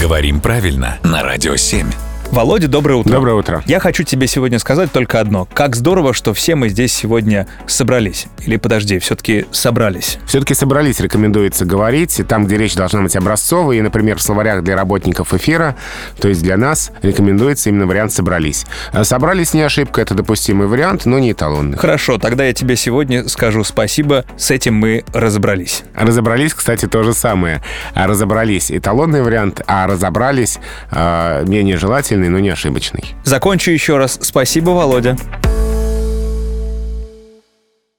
Говорим правильно на Радио 7. Володя, доброе утро. Доброе утро. Я хочу тебе сегодня сказать только одно. Как здорово, что все мы здесь сегодня собрались. Или подожди, все-таки собрались. Все-таки собрались, рекомендуется говорить. И Там, где речь должна быть образцовой, и, например, в словарях для работников эфира, то есть для нас, рекомендуется именно вариант «собрались». А «Собрались» не ошибка, это допустимый вариант, но не эталонный. Хорошо, тогда я тебе сегодня скажу спасибо. С этим мы разобрались. А Разобрались, кстати, то же самое. А разобрались эталонный вариант, а разобрались э, менее желательный, но не ошибочный. Закончу еще раз. Спасибо, Володя.